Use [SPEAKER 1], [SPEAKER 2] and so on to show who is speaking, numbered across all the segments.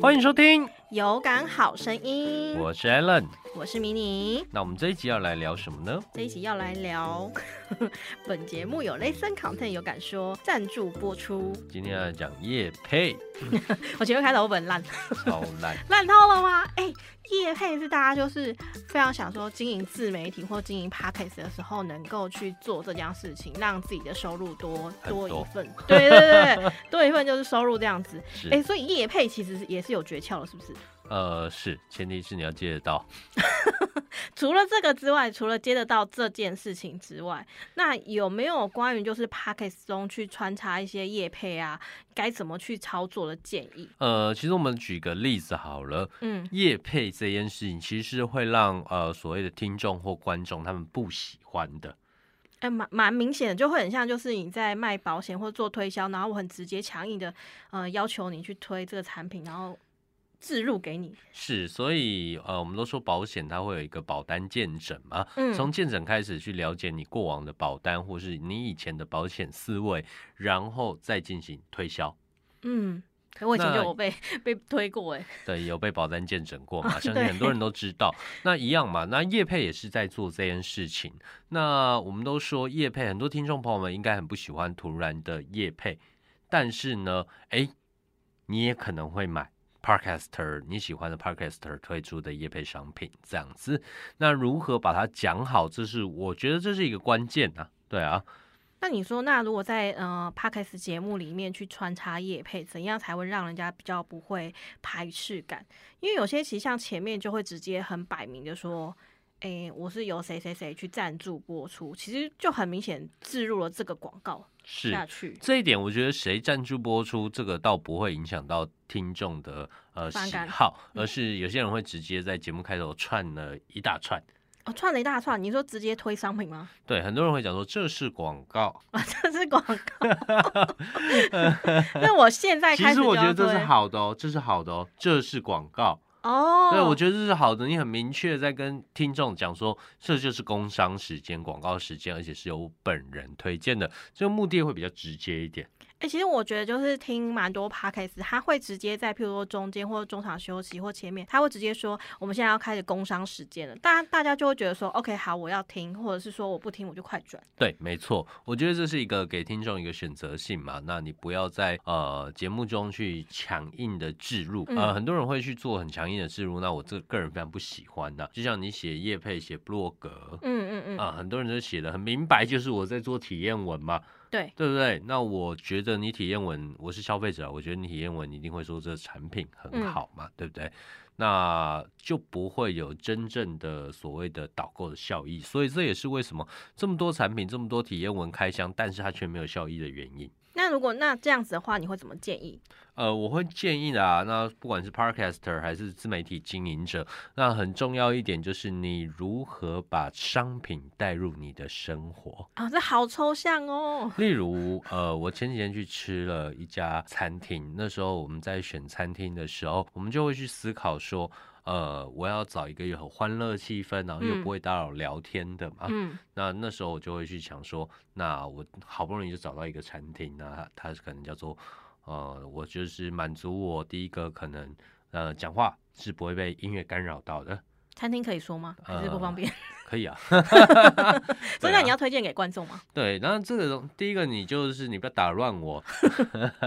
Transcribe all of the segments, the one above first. [SPEAKER 1] 欢迎收听，
[SPEAKER 2] 有感好声音，
[SPEAKER 1] 我是 Alan。
[SPEAKER 2] 我是迷你。
[SPEAKER 1] 那我们这一集要来聊什么呢？
[SPEAKER 2] 这一集要来聊， 本节目有 Listen Content 有感说赞助播出，
[SPEAKER 1] 今天要讲叶 配，
[SPEAKER 2] 我前面开头我本烂
[SPEAKER 1] 超烂。
[SPEAKER 2] 烂透了吗？哎、业配是大家就是非常想说经营自媒体或经营 podcast 的时候，能够去做这件事情，让自己的收入多
[SPEAKER 1] 很多
[SPEAKER 2] 多一份，对对对对，多一份就是收入这样子。
[SPEAKER 1] 是，
[SPEAKER 2] 哎、所以业配其实是也是有诀窍的，是不是？
[SPEAKER 1] 呃，是，前提是你要接得到。
[SPEAKER 2] 除了这个之外，除了接得到这件事情之外，那有没有关于就是 p a c k a g e 中去穿插一些业配啊，该怎么去操作的建议？
[SPEAKER 1] 呃，其实我们举个例子好了，
[SPEAKER 2] 嗯，
[SPEAKER 1] 叶配这件事情其实是会让呃所谓的听众或观众他们不喜欢的。
[SPEAKER 2] 哎、蛮蛮明显的，就会很像就是你在卖保险或做推销，然后我很直接强硬的呃要求你去推这个产品，然后置入给你。
[SPEAKER 1] 是，所以呃，我们都说保险它会有一个保单鉴诊嘛，
[SPEAKER 2] 嗯
[SPEAKER 1] 从见诊开始去了解你过往的保单，或是你以前的保险思维，然后再进行推销。
[SPEAKER 2] 嗯，可我以前就
[SPEAKER 1] 那
[SPEAKER 2] 有被 被推过哎、
[SPEAKER 1] 对，有被保单见诊过嘛？
[SPEAKER 2] 啊
[SPEAKER 1] 相信
[SPEAKER 2] 对
[SPEAKER 1] 很多人都知道。那一样嘛，那叶配也是在做这件事情。那我们都说叶配，很多听众朋友们应该很不喜欢突然的叶配，但是呢，哎，你也可能会买。Podcaster 你喜欢的 Podcaster 推出的叶配商品这样子，那如何把它讲好？这是我觉得这是一个关键啊，对啊，
[SPEAKER 2] 那你说，那如果在呃 p a c k a g e 节目里面去穿插夜配，怎样才会让人家比较不会排斥感？因为有些其实像前面就会直接很摆明的说，诶、我是由谁谁谁去赞助播出，其实就很明显置入了这个广告
[SPEAKER 1] 是
[SPEAKER 2] 下去。
[SPEAKER 1] 这一点，我觉得谁赞助播出这个倒不会影响到听众的呃
[SPEAKER 2] 反
[SPEAKER 1] 喜
[SPEAKER 2] 感
[SPEAKER 1] 好，而是有些人会直接在节目开头串了一大串。
[SPEAKER 2] 哦，串了一大串，你说直接推商品吗？
[SPEAKER 1] 对，很多人会讲说这是广告，
[SPEAKER 2] 啊，这是广告。 那我现在
[SPEAKER 1] 其
[SPEAKER 2] 开始
[SPEAKER 1] 实
[SPEAKER 2] 就
[SPEAKER 1] 我觉
[SPEAKER 2] 要
[SPEAKER 1] 得这
[SPEAKER 2] 推
[SPEAKER 1] 是好的哦，这是好的哦，这是广告。
[SPEAKER 2] 哦，
[SPEAKER 1] 对，我觉得这是好的，你很明确地在跟听众讲说这就是工商时间、广告时间，而且是由我本人推荐的，这个目的会比较直接一点。
[SPEAKER 2] 哎、其实我觉得就是听蛮多 podcast，他会直接在譬如说中间或者中场休息或前面，他会直接说我们现在要开始工商时间了，大大家就会觉得说 OK 好，我要听，或者是说我不听我就快转。
[SPEAKER 1] 对，没错，我觉得这是一个给听众一个选择性嘛。那你不要在呃节目中去强硬的置入，呃，
[SPEAKER 2] 嗯
[SPEAKER 1] 很多人会去做很强硬的置入，那我这个人非常不喜欢呐、就像你写叶配、写布洛格。
[SPEAKER 2] 嗯嗯嗯，
[SPEAKER 1] 啊，很多人都写的很明白，就是我在做体验文嘛，
[SPEAKER 2] 对，
[SPEAKER 1] 对不对？那我觉得你体验文，我是消费者啊，我觉得你体验文一定会说这产品很
[SPEAKER 2] 嗯
[SPEAKER 1] 好嘛，对不对？那就不会有真正的所谓的导购的效益，所以这也是为什么这么多产品、这么多体验文开箱，但是它却没有效益的原因。
[SPEAKER 2] 那如果那这样子的话，你会怎么建议？
[SPEAKER 1] 呃，我会建议的啊，那不管是 podcaster 还是自媒体经营者，那很重要一点就是你如何把商品带入你的生活。
[SPEAKER 2] 啊，这好抽象哦。
[SPEAKER 1] 例如，呃，我前几天去吃了一家餐厅，那时候我们在选餐厅的时候，我们就会去思考说，呃，我要找一个有欢乐气氛，然后又
[SPEAKER 2] 嗯
[SPEAKER 1] 不会打扰聊天的嘛。
[SPEAKER 2] 嗯
[SPEAKER 1] 那那时候我就会去想说，那我好不容易就找到一个餐厅，那它它可能叫做，呃，我就是满足我第一个可能，呃，讲话是不会被音乐干扰到的，
[SPEAKER 2] 餐厅可以说吗？还是不 方便？
[SPEAKER 1] 可以啊。
[SPEAKER 2] 所
[SPEAKER 1] 对
[SPEAKER 2] 以那
[SPEAKER 1] 啊
[SPEAKER 2] 你要推荐给观众吗？
[SPEAKER 1] 对，然后这个东第一个你就是你不要打乱 我，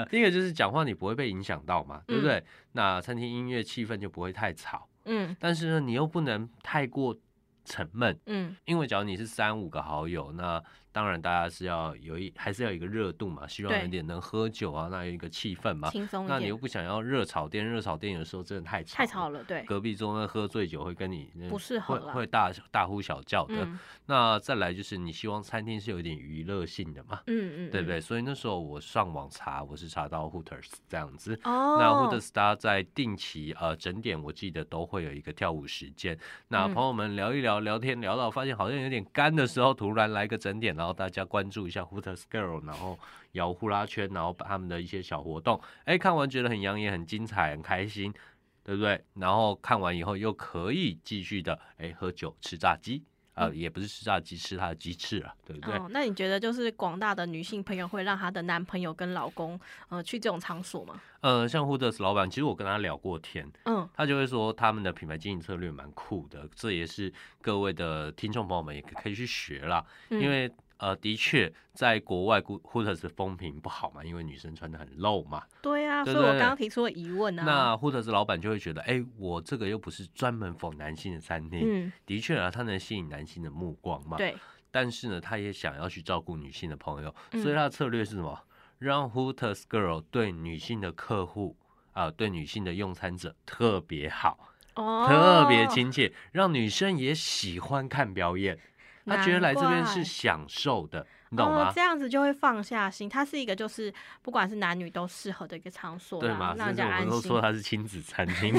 [SPEAKER 1] 第一个就是讲话你不会被影响到嘛，对不对？那餐厅音乐气氛就不会太吵，
[SPEAKER 2] 嗯
[SPEAKER 1] 但是呢，你又不能太过沉闷，
[SPEAKER 2] 嗯
[SPEAKER 1] 因为假如你是三五个好友，那当然大家是要有一还是要有一个热度嘛，希望
[SPEAKER 2] 对
[SPEAKER 1] 有点能喝酒啊，那有一个气氛嘛。
[SPEAKER 2] 轻松
[SPEAKER 1] 那
[SPEAKER 2] 一
[SPEAKER 1] 你又
[SPEAKER 2] 点，
[SPEAKER 1] 不想要热炒店，热炒店有时候真的太吵，
[SPEAKER 2] 太吵
[SPEAKER 1] 了。
[SPEAKER 2] 了，对，
[SPEAKER 1] 隔壁桌那喝醉酒会跟你
[SPEAKER 2] 不适合
[SPEAKER 1] 会
[SPEAKER 2] 啦
[SPEAKER 1] 会大大呼小叫的。
[SPEAKER 2] 嗯
[SPEAKER 1] 那再来就是你希望餐厅是有一点娱乐性的嘛，
[SPEAKER 2] 嗯嗯，
[SPEAKER 1] 对不对？所以那时候我上网查，我是查到 Hooters 这样子。
[SPEAKER 2] 嗯？哦，
[SPEAKER 1] 那 Hooters 它在定期呃整点，我记得都会有一个跳舞时间。那
[SPEAKER 2] 嗯
[SPEAKER 1] 朋友们聊一聊聊天，聊到发现好像有点干的时候，突然来个整点，然后大家关注一下 Hooters Girl，然后摇呼啦圈，然后把他们的一些小活动，哎，看完觉得很养眼、很精彩、很开心，对不对？然后看完以后又可以继续的哎喝酒吃炸鸡。呃，也不是吃他的鸡，吃他的鸡翅啊，对不对？
[SPEAKER 2] 嗯哦，那你觉得就是广大的女性朋友会让她的男朋友跟老公呃去这种场所吗？
[SPEAKER 1] 呃，像 Hooters 老板，其实我跟他聊过天，
[SPEAKER 2] 嗯，
[SPEAKER 1] 他就会说他们的品牌经营策略蛮酷的，这也是各位的听众朋友们也可以去学啦。
[SPEAKER 2] 嗯
[SPEAKER 1] 因为呃，的确在国外，Ho- Hooters 的风评不好嘛，因为女生穿的很露嘛。
[SPEAKER 2] 对啊，
[SPEAKER 1] 对
[SPEAKER 2] 所以我
[SPEAKER 1] 对
[SPEAKER 2] 刚刚提出了疑问啊。
[SPEAKER 1] 那 Hooters 老板就会觉得，哎、我这个又不是专门否男性的餐厅。
[SPEAKER 2] 嗯，
[SPEAKER 1] 的确啊，它能吸引男性的目光嘛。
[SPEAKER 2] 对，
[SPEAKER 1] 但是呢，他也想要去照顾女性的朋友，
[SPEAKER 2] 嗯
[SPEAKER 1] 所以他的策略是什么？让 Hooters Girl 对女性的客户啊、对女性的用餐者特别好，
[SPEAKER 2] 哦，
[SPEAKER 1] 特别亲切，让女生也喜欢看表演。
[SPEAKER 2] 难怪，
[SPEAKER 1] 她觉得来这边是享受的，你懂
[SPEAKER 2] 哦
[SPEAKER 1] 吗？？
[SPEAKER 2] 这样子就会放下心。它是一个就是不管是男女都适合的一个场所
[SPEAKER 1] 对
[SPEAKER 2] 啦
[SPEAKER 1] 嘛？甚
[SPEAKER 2] 让人
[SPEAKER 1] 至
[SPEAKER 2] 家
[SPEAKER 1] 我们
[SPEAKER 2] 安
[SPEAKER 1] 都说
[SPEAKER 2] 心。
[SPEAKER 1] 它是亲子餐 厅，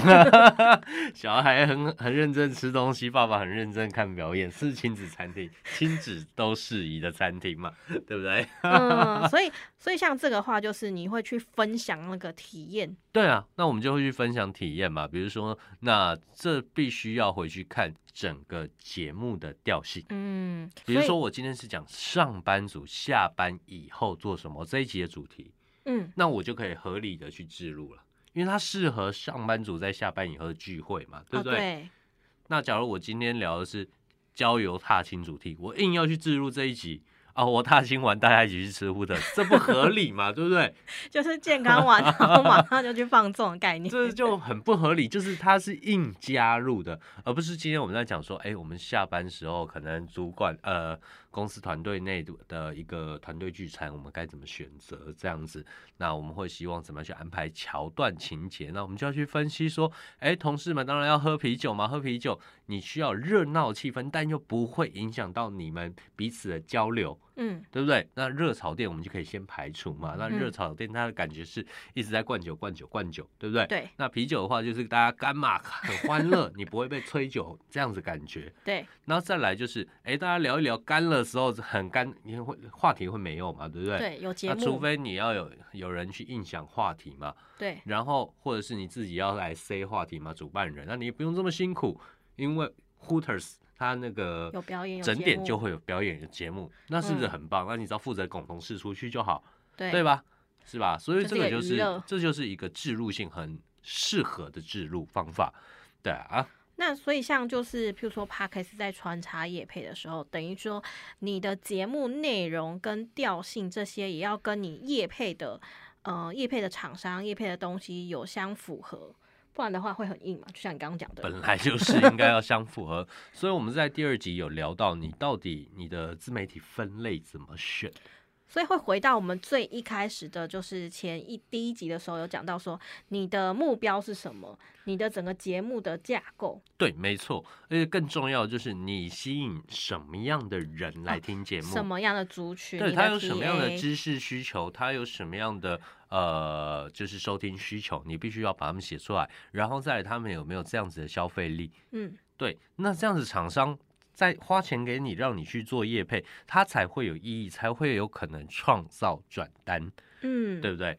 [SPEAKER 1] 小孩很很认真吃东西，爸爸很认真看表演，是亲子餐厅，亲子都适宜的餐厅嘛，对不对？
[SPEAKER 2] 嗯，所以所以像这个话，就是你会去分享那个体验。
[SPEAKER 1] 对啊，那我们就会去分享体验嘛。比如说，那这必须要回去看整个节目的调性。
[SPEAKER 2] 嗯，
[SPEAKER 1] 比如
[SPEAKER 2] 所以
[SPEAKER 1] 说，，我今天是讲上班族下班以后做什么这一集的主题，
[SPEAKER 2] 嗯
[SPEAKER 1] 那我就可以合理的去置入了，因为它适合上班族在下班以后的聚会嘛，对
[SPEAKER 2] 哦
[SPEAKER 1] 不对？那假如我今天聊的是郊游踏青主题，我硬要去置入这一集啊，我踏青完大家一起去吃糊的，这不合理嘛，对不对？
[SPEAKER 2] 就是健康完，然后马上 就去放纵的概 念。
[SPEAKER 1] 这就很不合理，就是它是硬加入的，而不是今天我们在讲说，哎，我们下班时候可能主管呃公司团队内的一个团队聚餐，我们该怎么选择这样子？那我们会希望怎么样去安排桥段情节？那我们就要去分析说，哎，同事们当然要喝啤酒嘛，喝啤酒你需要热闹气氛，但又不会影响到你们彼此的交流。
[SPEAKER 2] 嗯，
[SPEAKER 1] 对不对？那热炒店我们就可以先排除嘛。那
[SPEAKER 2] 嗯
[SPEAKER 1] 热炒店它的感觉是一直在灌酒、灌酒、灌酒，对不对？
[SPEAKER 2] 对
[SPEAKER 1] 那啤酒的话，就是大家干嘛 很欢乐，你不会被催酒这样子感觉。
[SPEAKER 2] 对，
[SPEAKER 1] 然后再来就是，哎，大家聊一聊干了的时候很干，你会话题会没有嘛，对不对？。
[SPEAKER 2] 对，有节
[SPEAKER 1] 那除
[SPEAKER 2] 目，
[SPEAKER 1] 非你要有有人去硬想话题嘛，
[SPEAKER 2] 对，
[SPEAKER 1] 然后或者是你自己要来 say 话题嘛，主办人，那你也不用这么辛苦，因为 Hooters 他那个
[SPEAKER 2] 有表演，有
[SPEAKER 1] 整
[SPEAKER 2] 节
[SPEAKER 1] 点
[SPEAKER 2] 目
[SPEAKER 1] 就会有表演的节目，那是不是
[SPEAKER 2] 嗯
[SPEAKER 1] 很棒？那你只要负责拱同事出去就好，
[SPEAKER 2] 对
[SPEAKER 1] 对吧？是吧？所以
[SPEAKER 2] 就
[SPEAKER 1] 这
[SPEAKER 2] 是
[SPEAKER 1] 个
[SPEAKER 2] 一个
[SPEAKER 1] 就
[SPEAKER 2] 娱
[SPEAKER 1] 是
[SPEAKER 2] 乐
[SPEAKER 1] 这就是一个置入性很适合的置入方法，对啊，
[SPEAKER 2] 那所以像就是，譬如说 p a r k e s 在穿插夜配的时候，等于说你的节目内容跟调性这些也要跟你夜配的，呃，夜配的厂商、夜配的东西有相符合，不然的话会很硬嘛。就像你刚刚讲的，
[SPEAKER 1] 本来 就是应该要相符合。所以我们在第二集有聊到，你到底你的自媒体分类怎么选？
[SPEAKER 2] 所以会回到我们最一开始的，就是前一第一集的时候有讲到说，你的目标是什么，你的整个节目的架构，
[SPEAKER 1] 对，没错，而且更重要的就是你吸引什么样的人来听节目？
[SPEAKER 2] 啊什么样的族群，
[SPEAKER 1] 对
[SPEAKER 2] 你
[SPEAKER 1] 他
[SPEAKER 2] 的
[SPEAKER 1] 有什么样的
[SPEAKER 2] TA
[SPEAKER 1] 知识需求，他有什么样的呃，就是收听需求，你必须要把他们写出来，然后再来他们有没有这样子的消费力？
[SPEAKER 2] 嗯，
[SPEAKER 1] 对，那这样子厂商在花钱给你，让你去做业配，它才会有意义，才会有可能创造转单，
[SPEAKER 2] 嗯，
[SPEAKER 1] 对不对？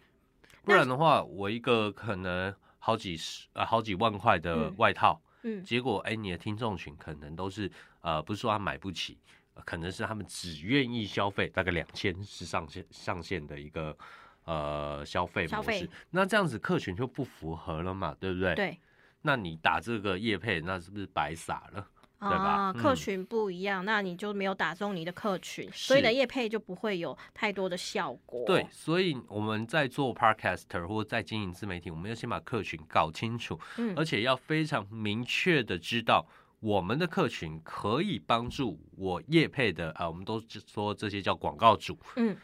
[SPEAKER 1] 不然的话，我一个可能好几十呃好几万块的
[SPEAKER 2] 嗯
[SPEAKER 1] 外套，
[SPEAKER 2] 嗯，
[SPEAKER 1] 结果哎、你的听众群可能都是呃，不是说他买不起，呃可能是他们只愿意消费大概两千是上限上限的一个呃消费
[SPEAKER 2] 消
[SPEAKER 1] 模
[SPEAKER 2] 费
[SPEAKER 1] 式。那这样子客群就不符合了嘛，对不对？。
[SPEAKER 2] 对。
[SPEAKER 1] 那你打这个业配，那是不是白撒了？对吧
[SPEAKER 2] 啊，客
[SPEAKER 1] 嗯
[SPEAKER 2] 群不一样，那你就没有打中你的客群，所以呢，
[SPEAKER 1] 是
[SPEAKER 2] 业配就不会有太多的效果。
[SPEAKER 1] 对，，所以我们在做 podcaster 或在经营自媒体，我们要先把客群搞清楚，
[SPEAKER 2] 嗯
[SPEAKER 1] 而且要非常明确的知道我们的客群可以帮助我业配的啊、我们都说这些叫广告主，
[SPEAKER 2] 嗯，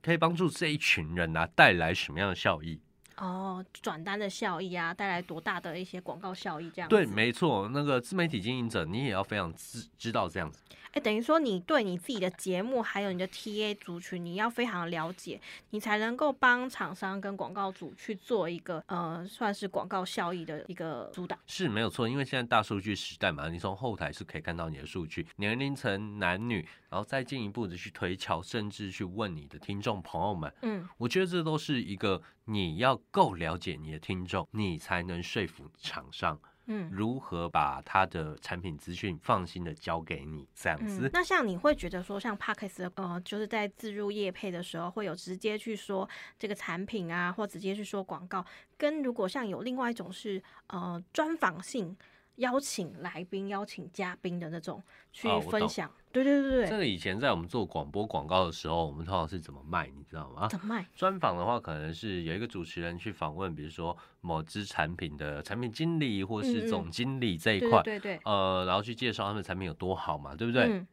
[SPEAKER 1] 可以帮助这一群人啊带来什么样的效益？
[SPEAKER 2] 哦，转单的效益啊，带来多大的一些广告效益这样子。
[SPEAKER 1] 对，没错，那个自媒体经营者你也要非常知知道这样子。
[SPEAKER 2] 哎，等于说你对你自己的节目还有你的 TA 族群，你要非常了解，你才能够帮厂商跟广告主去做一个呃，算是广告效益的一个主打。
[SPEAKER 1] 是没有错，因为现在大数据时代嘛，你从后台是可以看到你的数据、年龄层、男女，然后再进一步的去推敲，甚至去问你的听众朋友们。
[SPEAKER 2] 嗯，
[SPEAKER 1] 我觉得这都是一个你要够了解你的听众，你才能说服厂商。
[SPEAKER 2] 嗯
[SPEAKER 1] 如何把他的产品资讯放心的交给你，这样
[SPEAKER 2] 嗯
[SPEAKER 1] 子。，
[SPEAKER 2] 那像你会觉得说，像 p a c k e s 呃，就是在自入业配的时候，会有直接去说这个产品啊，或直接去说广告，跟如果像有另外一种是呃专访性邀请来宾、邀请嘉宾的那种去
[SPEAKER 1] 哦我
[SPEAKER 2] 分
[SPEAKER 1] 懂
[SPEAKER 2] 享，对对对
[SPEAKER 1] 这
[SPEAKER 2] 对，
[SPEAKER 1] 个以前在我们做广播广告的时候，我们通常是怎么卖，你知道吗？
[SPEAKER 2] 怎么卖？
[SPEAKER 1] 专访的话，可能是有一个主持人去访问，比如说某支产品的产品经理或
[SPEAKER 2] 嗯嗯
[SPEAKER 1] 是总经理这一
[SPEAKER 2] 对
[SPEAKER 1] 块，
[SPEAKER 2] 对对对，
[SPEAKER 1] 呃，然后去介绍他们产品有多好嘛，对不对？
[SPEAKER 2] 嗯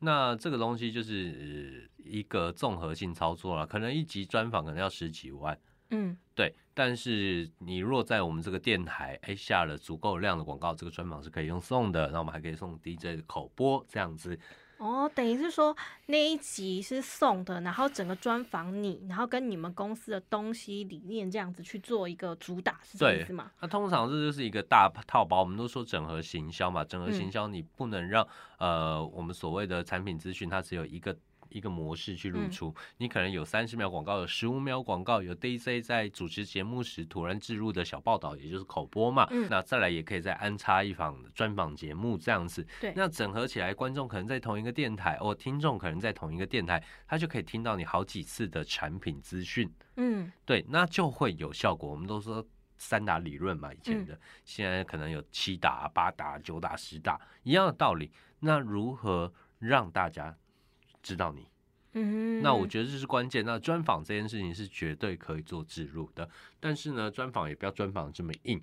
[SPEAKER 1] 那这个东西就是、呃一个综合性操作了，可能一集专访可能要十几万，
[SPEAKER 2] 嗯
[SPEAKER 1] 对。但是你若在我们这个电台，哎，下了足够量的广告，这个专访是可以用送的，那我们还可以送 DJ 的口播这样子。
[SPEAKER 2] 哦，等于是说那一集是送的，然后整个专访你，然后跟你们公司的东西理念这样子去做一个主打，是这个意
[SPEAKER 1] 对
[SPEAKER 2] 思吗？
[SPEAKER 1] 那通常这就是一个大套包，我们都说整合行销嘛，整合
[SPEAKER 2] 嗯
[SPEAKER 1] 行销你不能让、呃我们所谓的产品资讯它只有一个。一个模式去露
[SPEAKER 2] 嗯
[SPEAKER 1] 出，你可能有三十秒广告，有十五秒广告，有 DJ 在主持节目时突然置入的小报道，也就是口播嘛。
[SPEAKER 2] 嗯
[SPEAKER 1] 那再来也可以再安插一访专访节目这样子。
[SPEAKER 2] 对
[SPEAKER 1] 那整合起来，观众可能在同一个电台，哦，听众可能在同一个电台，他就可以听到你好几次的产品资讯。
[SPEAKER 2] 嗯
[SPEAKER 1] 对，那就会有效果。我们都说三打理论嘛，以前
[SPEAKER 2] 嗯
[SPEAKER 1] 的，现在可能有七打、八打、九打、十打，一样的道理。那如何让大家知道你？
[SPEAKER 2] 嗯，
[SPEAKER 1] 那我觉得这是关键。那专访这件事情是绝对可以做植入的，但是呢，专访也不要专访得这么硬。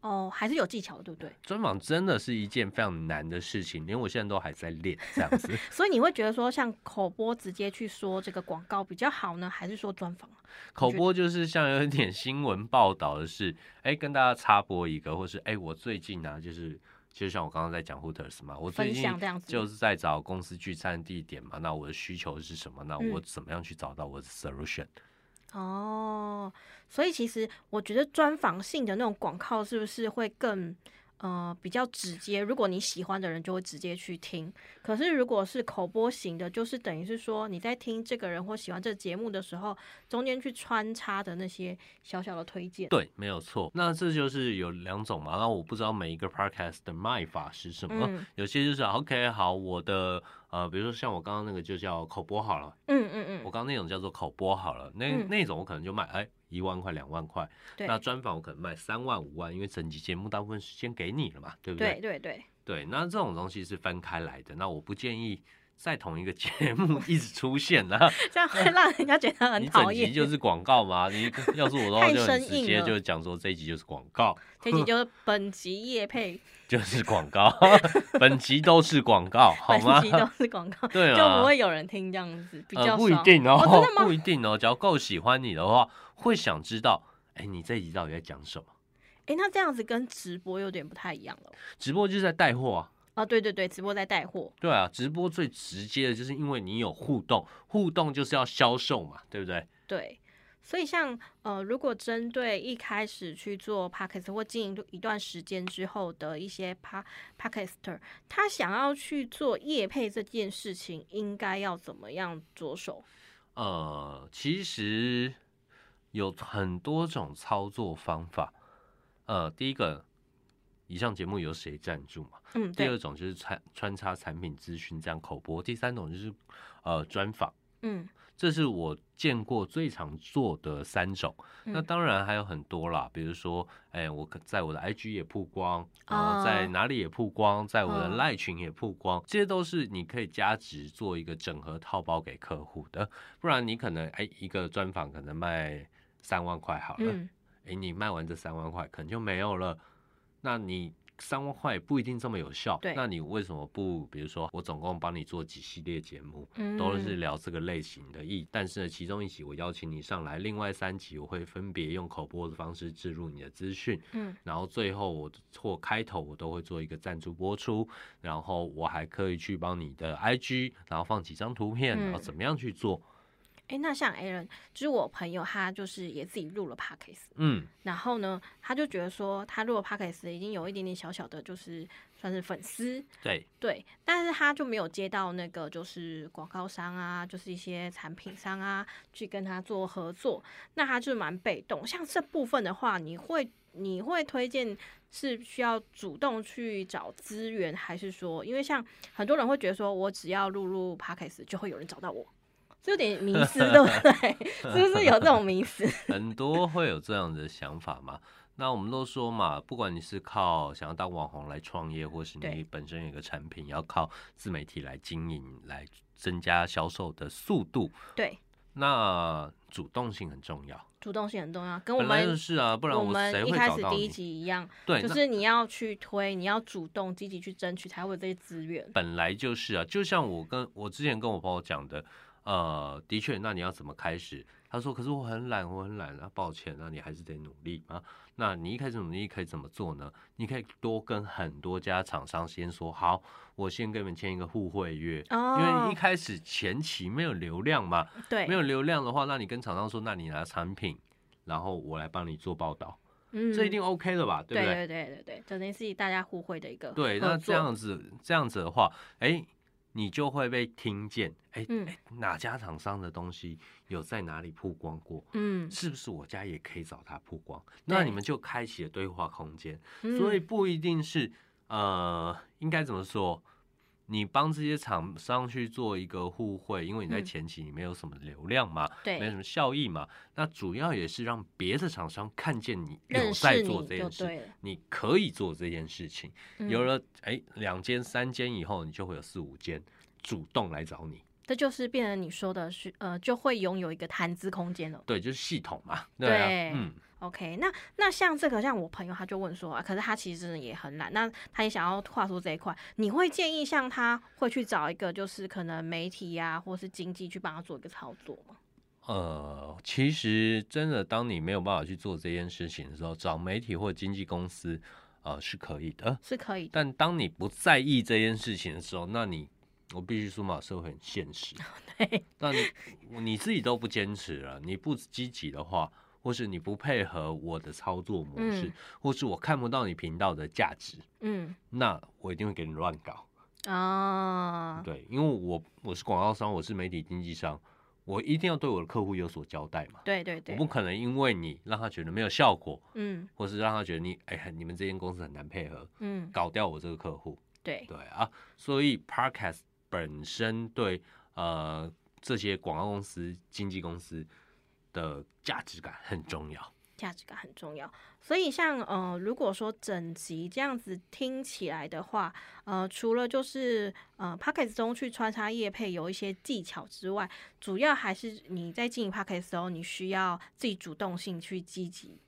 [SPEAKER 2] 哦，还是有技巧的，对不对？
[SPEAKER 1] 专访真的是一件非常难的事情，连我现在都还在练这样子。
[SPEAKER 2] 所以你会觉得说，像口播直接去说这个广告比较好呢，还是说专访？啊
[SPEAKER 1] 口播就是像有一点新闻报道的是，哎、跟大家插播一个，或是哎、我最近呢、啊，就是就像我刚刚在讲 Hooters 嘛，我最
[SPEAKER 2] 分
[SPEAKER 1] 近
[SPEAKER 2] 享这样子
[SPEAKER 1] 就是在找公司聚餐地点嘛，那我的需求是什么？那
[SPEAKER 2] 嗯
[SPEAKER 1] 我怎么样去找到我的 solution？、
[SPEAKER 2] 哦，所以其实我觉得专访性的那种广告是不是会更呃比较直接？如果你喜欢的人就会直接去听，可是如果是口播型的，就是等于是说你在听这个人或喜欢这个节目的时候，中间去穿插的那些小小的推荐。
[SPEAKER 1] 对，没有错。那这就是有两种嘛，那我不知道每一个 podcast 的卖法是什么，
[SPEAKER 2] 嗯
[SPEAKER 1] 有些就是 OK 好，我的呃，比如说像我刚刚那个就叫口播好了，
[SPEAKER 2] 嗯嗯
[SPEAKER 1] 我
[SPEAKER 2] 嗯，
[SPEAKER 1] 刚刚那种叫做口播好了，那、
[SPEAKER 2] 嗯
[SPEAKER 1] 那种我可能就卖哎一万块两万块，
[SPEAKER 2] 对
[SPEAKER 1] 那专访我可能卖三万五万，因为整集节目大部分时间给你了嘛，对不
[SPEAKER 2] 对
[SPEAKER 1] 对？
[SPEAKER 2] 对对，
[SPEAKER 1] 对那这种东西是分开来的，那我不建议在同一个节目一直出现啦，
[SPEAKER 2] 这样会让人家觉得 很
[SPEAKER 1] 你
[SPEAKER 2] 讨
[SPEAKER 1] 整
[SPEAKER 2] 厌
[SPEAKER 1] 集。就是广告嘛， 你要是我的话
[SPEAKER 2] 太
[SPEAKER 1] 就很
[SPEAKER 2] 生
[SPEAKER 1] 直
[SPEAKER 2] 硬
[SPEAKER 1] 接
[SPEAKER 2] 了
[SPEAKER 1] 就讲说这一集就是广告，
[SPEAKER 2] 这集就是本集夜配，
[SPEAKER 1] 就是广告， 本集都是广 告， 好
[SPEAKER 2] 本
[SPEAKER 1] 吗
[SPEAKER 2] 集？都是广告。
[SPEAKER 1] 对
[SPEAKER 2] 就
[SPEAKER 1] 啊
[SPEAKER 2] 不，会有人听这样子，比较、
[SPEAKER 1] 呃、
[SPEAKER 2] 少。
[SPEAKER 1] 不一定哦，
[SPEAKER 2] 哦真的吗
[SPEAKER 1] 不一定哦。只要够喜欢你的话，会想知道，哎，你这一集到底在讲什么？
[SPEAKER 2] 诶，那这样子跟直播有点不太一样了。
[SPEAKER 1] 直播就是在带货啊，
[SPEAKER 2] 啊，对对对，直播在带货。
[SPEAKER 1] 对啊，直播最直接的就是因为你有互动，互动就是要销售嘛，对不对？
[SPEAKER 2] 对，所以像呃，如果针对一开始去做 p a c k e t 或经营一段时间之后的一些 pa p a c k e t 他想要去做业配这件事情，应该要怎么样着手？
[SPEAKER 1] 呃，其实有很多种操作方法。呃，第一个，以上节目由谁赞助嘛？
[SPEAKER 2] 嗯，
[SPEAKER 1] 第二
[SPEAKER 2] 对，
[SPEAKER 1] 种就是穿穿插产品资讯这样口播，第三种就是呃专访。
[SPEAKER 2] 嗯
[SPEAKER 1] 这是我见过最常做的三种。
[SPEAKER 2] 嗯
[SPEAKER 1] 那当然还有很多啦，比如说，哎，我可在我的 IG 也曝光，然
[SPEAKER 2] 哦
[SPEAKER 1] 后在哪里也曝光，在我的
[SPEAKER 2] 嗯
[SPEAKER 1] 赖群也曝光，这些都是你可以加值做一个整合套包给客户的。不然你可能，哎，一个专访可能卖三万块好了，
[SPEAKER 2] 嗯，
[SPEAKER 1] 哎，你卖完这三万块可能就没有了，那你。三万块也不一定这么有效
[SPEAKER 2] 对，
[SPEAKER 1] 那你为什么不，比如说我总共帮你做几系列节目，
[SPEAKER 2] 嗯
[SPEAKER 1] 都是聊这个类型的意，但是呢，其中一集我邀请你上来，另外三集我会分别用口播的方式置入你的资讯，
[SPEAKER 2] 嗯
[SPEAKER 1] 然后最后我或开头我都会做一个赞助播出，然后我还可以去帮你的 IG，然后放几张图片，
[SPEAKER 2] 嗯
[SPEAKER 1] 然后怎么样去做？
[SPEAKER 2] 诶，那像 Aaron，就是我朋友，他就是也自己录了 podcast，
[SPEAKER 1] 嗯，
[SPEAKER 2] 然后呢，他就觉得说他录了 podcast 已经有一点点小小的，就是算是粉丝，
[SPEAKER 1] 对，
[SPEAKER 2] 对，但是他就没有接到那个就是广告商啊，就是一些产品商啊去跟他做合作，那他就蛮被动。像这部分的话，你会你会推荐是需要主动去找资源，还是说，因为像很多人会觉得说我只要录入 podcast 就会有人找到我，这有点迷思，对不对？ 是不是有这种迷思？
[SPEAKER 1] 很多会有这样的想法嘛。那我们都说嘛，不管你是靠想要当网红来创业，或是你
[SPEAKER 2] 对
[SPEAKER 1] 本身有一个产品要靠自媒体来经营，来增加销售的速度，
[SPEAKER 2] 对，
[SPEAKER 1] 那主动性很重要。
[SPEAKER 2] 主动性很重要，跟我
[SPEAKER 1] 本来就
[SPEAKER 2] 们。
[SPEAKER 1] 是啊，不然
[SPEAKER 2] 我
[SPEAKER 1] 谁
[SPEAKER 2] 们一
[SPEAKER 1] 会
[SPEAKER 2] 开
[SPEAKER 1] 找
[SPEAKER 2] 始
[SPEAKER 1] 到
[SPEAKER 2] 第一
[SPEAKER 1] 你？
[SPEAKER 2] 集一样，
[SPEAKER 1] 对，
[SPEAKER 2] 就
[SPEAKER 1] 那
[SPEAKER 2] 是你要去推，你要主动积极去争取，才会有这些资源。
[SPEAKER 1] 本来就是啊，就像我跟我之前跟我朋友讲的，呃，的确，那你要怎么开始？他说，可是我很懒，我很懒啊，抱歉，那你还是得努力啊。那你一开始努力可以怎么做呢？你可以多跟很多家厂商先说好，我先跟你们签一个互惠约，因为一
[SPEAKER 2] 哦，
[SPEAKER 1] 开始前期没有流量嘛，
[SPEAKER 2] 对，
[SPEAKER 1] 没有流量的话，那你跟厂商说，那你拿产品，然后我来帮你做报道，
[SPEAKER 2] 嗯，
[SPEAKER 1] 这一定 OK 的吧？对
[SPEAKER 2] 对
[SPEAKER 1] 不对？
[SPEAKER 2] 对对对对，整件事情大家互惠的一个
[SPEAKER 1] 对，
[SPEAKER 2] 合
[SPEAKER 1] 那这
[SPEAKER 2] 作
[SPEAKER 1] 样子这样子的话，哎、你就会被听见，哎、
[SPEAKER 2] 嗯
[SPEAKER 1] 哎哪家厂商的东西有在哪里曝光过？
[SPEAKER 2] 嗯，
[SPEAKER 1] 是不是我家也可以找他曝光？那你
[SPEAKER 2] 对
[SPEAKER 1] 们就开启了对话空间，
[SPEAKER 2] 嗯
[SPEAKER 1] 所以不一定是呃，应该怎么说？你帮这些厂商去做一个互惠，因为你在
[SPEAKER 2] 嗯
[SPEAKER 1] 前期你没有什么流量嘛，没什
[SPEAKER 2] 对
[SPEAKER 1] 么效益嘛，那主要也是让别的厂商看见你有
[SPEAKER 2] 认
[SPEAKER 1] 在
[SPEAKER 2] 识
[SPEAKER 1] 做
[SPEAKER 2] 你
[SPEAKER 1] 这
[SPEAKER 2] 就
[SPEAKER 1] 件事，
[SPEAKER 2] 对了，
[SPEAKER 1] 你可以做这件事情。
[SPEAKER 2] 嗯
[SPEAKER 1] 有了哎两间三间以后，你就会有四五间主动来找你。
[SPEAKER 2] 这就是变成你说的是呃，就会拥有一个谈资空间了。
[SPEAKER 1] 对，就是系统嘛。对啊，
[SPEAKER 2] 对
[SPEAKER 1] 嗯，
[SPEAKER 2] OK，那那像这个，像我朋友他就问说啊，可是他其实真的也很懒，那他也想要跨出这一块，你会建议像他会去找一个就是可能媒体呀、或是经济去帮他做一个操作吗？
[SPEAKER 1] 呃，其实真的，当你没有办法去做这件事情的时候，找媒体或经纪公司，呃，是可以的。
[SPEAKER 2] 是可以的，
[SPEAKER 1] 但当你不在意这件事情的时候，那你我必须说嘛，社会很现 实。
[SPEAKER 2] 哦对，
[SPEAKER 1] 那你你自己都不坚持了，你不积极的话，或是你不配合我的操作模式，
[SPEAKER 2] 嗯
[SPEAKER 1] 或是我看不到你频道的价值，
[SPEAKER 2] 嗯
[SPEAKER 1] 那我一定会给你乱搞。
[SPEAKER 2] 啊，
[SPEAKER 1] 对，因为我我是广告商，我是媒体经纪商，我一定要对我的客户有所交代嘛。
[SPEAKER 2] 对对
[SPEAKER 1] 我
[SPEAKER 2] 对
[SPEAKER 1] 不，可能因为你让他觉得没有效果，
[SPEAKER 2] 嗯
[SPEAKER 1] 或是让他觉得你哎呀，你们这间公司很难配合，
[SPEAKER 2] 嗯，
[SPEAKER 1] 搞掉我这个客户。
[SPEAKER 2] 对，
[SPEAKER 1] 对啊，所以 Podcast 本身对呃这些广告公司、经纪公司的价值感很重要。
[SPEAKER 2] 价值感很重要。所以像呃，如果说整集这样子听起来的话，呃，除了就是呃 p a c k a g e 中去穿插叶配有一些技巧之外，主要还是你在经营 p a c k a g e 的时候，你需要自己主动性去积极。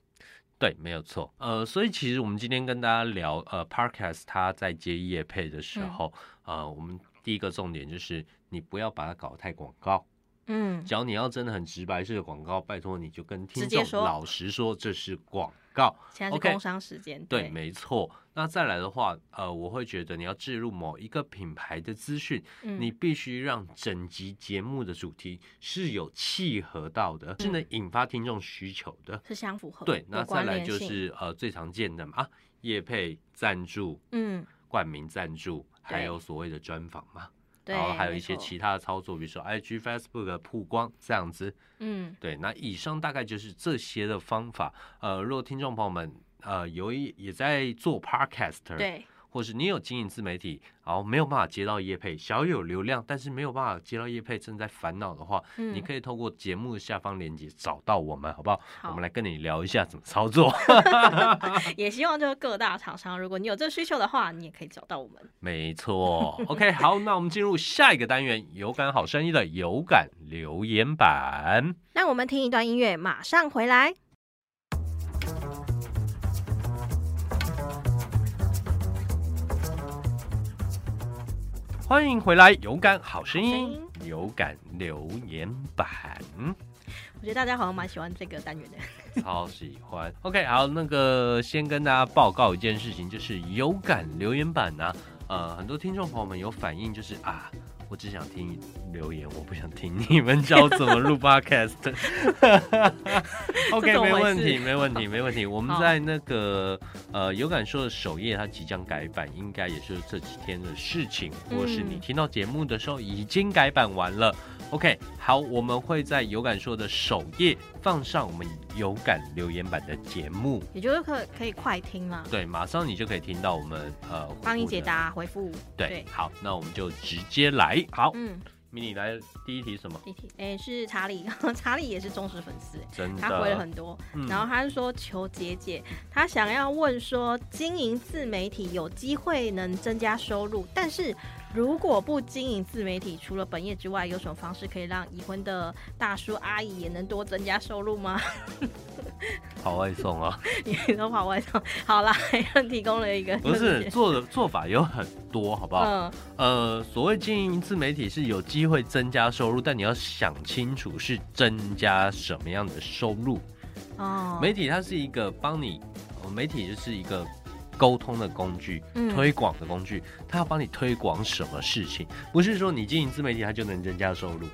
[SPEAKER 1] 对，没有错。呃，所以其实我们今天跟大家聊，呃，Parkas 他在接业配的时候，
[SPEAKER 2] 嗯
[SPEAKER 1] 呃，我们第一个重点就是你不要把它搞得太广告。
[SPEAKER 2] 嗯，
[SPEAKER 1] 只要你要真的很直白式的广告，拜托你就跟听
[SPEAKER 2] 直接
[SPEAKER 1] 众
[SPEAKER 2] 说
[SPEAKER 1] 老实说这是广告。
[SPEAKER 2] 现在是
[SPEAKER 1] OK
[SPEAKER 2] 工商时间
[SPEAKER 1] 对，没错。那再来的话，呃，我会觉得你要置入某一个品牌的资讯，
[SPEAKER 2] 嗯
[SPEAKER 1] 你必须让整集节目的主题是有契合到的，是能引发听众需求的。
[SPEAKER 2] 是相符合，
[SPEAKER 1] 对
[SPEAKER 2] 嗯哦有，
[SPEAKER 1] 那再
[SPEAKER 2] 关
[SPEAKER 1] 来
[SPEAKER 2] 联
[SPEAKER 1] 就
[SPEAKER 2] 性
[SPEAKER 1] 是呃最常见的嘛，业配赞助、
[SPEAKER 2] 嗯，
[SPEAKER 1] 冠名赞助，还
[SPEAKER 2] 对
[SPEAKER 1] 有所谓的专访嘛，
[SPEAKER 2] 对，
[SPEAKER 1] 然后还有
[SPEAKER 2] 没
[SPEAKER 1] 一些
[SPEAKER 2] 错
[SPEAKER 1] 其他的操作，比如说 IG、Facebook 的曝光这样子。
[SPEAKER 2] 嗯
[SPEAKER 1] 对，那以上大概就是这些的方法。呃，如果听众朋友们呃有一也在做 Podcast，，
[SPEAKER 2] 对
[SPEAKER 1] 或是你有经营自媒体，然后没有办法接到业配，小有流量，但是没有办法接到业配，正在烦恼的话，
[SPEAKER 2] 嗯，
[SPEAKER 1] 你可以透过节目下方链接找到我们，好不好？我
[SPEAKER 2] 好
[SPEAKER 1] 们来跟你聊一下怎么操作。
[SPEAKER 2] 也希望就是各大厂商，如果你有这需求的话，你也可以找到我们。
[SPEAKER 1] 没错，OK，好，那我们进入下一个单元——有感好声音的有感留言板。
[SPEAKER 2] 那我们听一段音乐，马上回来。
[SPEAKER 1] 欢迎回来，有感好声
[SPEAKER 2] 好声
[SPEAKER 1] 音
[SPEAKER 2] 音，
[SPEAKER 1] 有感留言板。
[SPEAKER 2] 我觉得大家好像蛮喜欢这个单元的。
[SPEAKER 1] 超喜欢。OK，好，那个先跟大家报告一件事情，就是有感留言板呢、呃，很多听众朋友们有反映，就是啊，我只想听留言，我不想听你们教怎么 录 podcast。OK，
[SPEAKER 2] 这怎么
[SPEAKER 1] 没
[SPEAKER 2] 回
[SPEAKER 1] 问
[SPEAKER 2] 事
[SPEAKER 1] 题，没问题，没问题。我们
[SPEAKER 2] 好
[SPEAKER 1] 在那个呃有感说的首页，它即将改版，应该也是这几天的事情，或是你
[SPEAKER 2] 嗯
[SPEAKER 1] 听到节目的时候已经改版完了。OK，好，我们会在有感说的首页放上我们有感留言版的节目。
[SPEAKER 2] 也就是可可以快听啦，
[SPEAKER 1] 对，马上你就可以听到我们呃
[SPEAKER 2] 帮你
[SPEAKER 1] 回复
[SPEAKER 2] 解
[SPEAKER 1] 的
[SPEAKER 2] 答回复。
[SPEAKER 1] 对，好，那我们就直接来。好，
[SPEAKER 2] 嗯，
[SPEAKER 1] 迷你来第一题什么？
[SPEAKER 2] 第一题，哎、是查理， 查理也是忠实粉丝，
[SPEAKER 1] 真的，
[SPEAKER 2] 他回了很多，
[SPEAKER 1] 嗯
[SPEAKER 2] 然后他是说求姐姐，他想要问说，经营自媒体有机会能增加收入，但是如果不经营自媒体，除了本业之外，有什么方式可以让已婚的大叔阿姨也能多增加收入吗？
[SPEAKER 1] 好外送啊，
[SPEAKER 2] 你都跑外头，好啦， 提供了一个
[SPEAKER 1] 不
[SPEAKER 2] 论
[SPEAKER 1] 是
[SPEAKER 2] 点
[SPEAKER 1] 做的做法有很多，好不好？
[SPEAKER 2] 嗯，
[SPEAKER 1] 呃，所谓经营自媒体是有机会增加收入，但你要想清楚是增加什么样的收入。
[SPEAKER 2] 哦，
[SPEAKER 1] 媒体它是一个帮你，呃媒体就是一个沟通的工具，
[SPEAKER 2] 嗯
[SPEAKER 1] 推广的工具，它要帮你推广什么事情，不是说你经营自媒体它就能增加收入。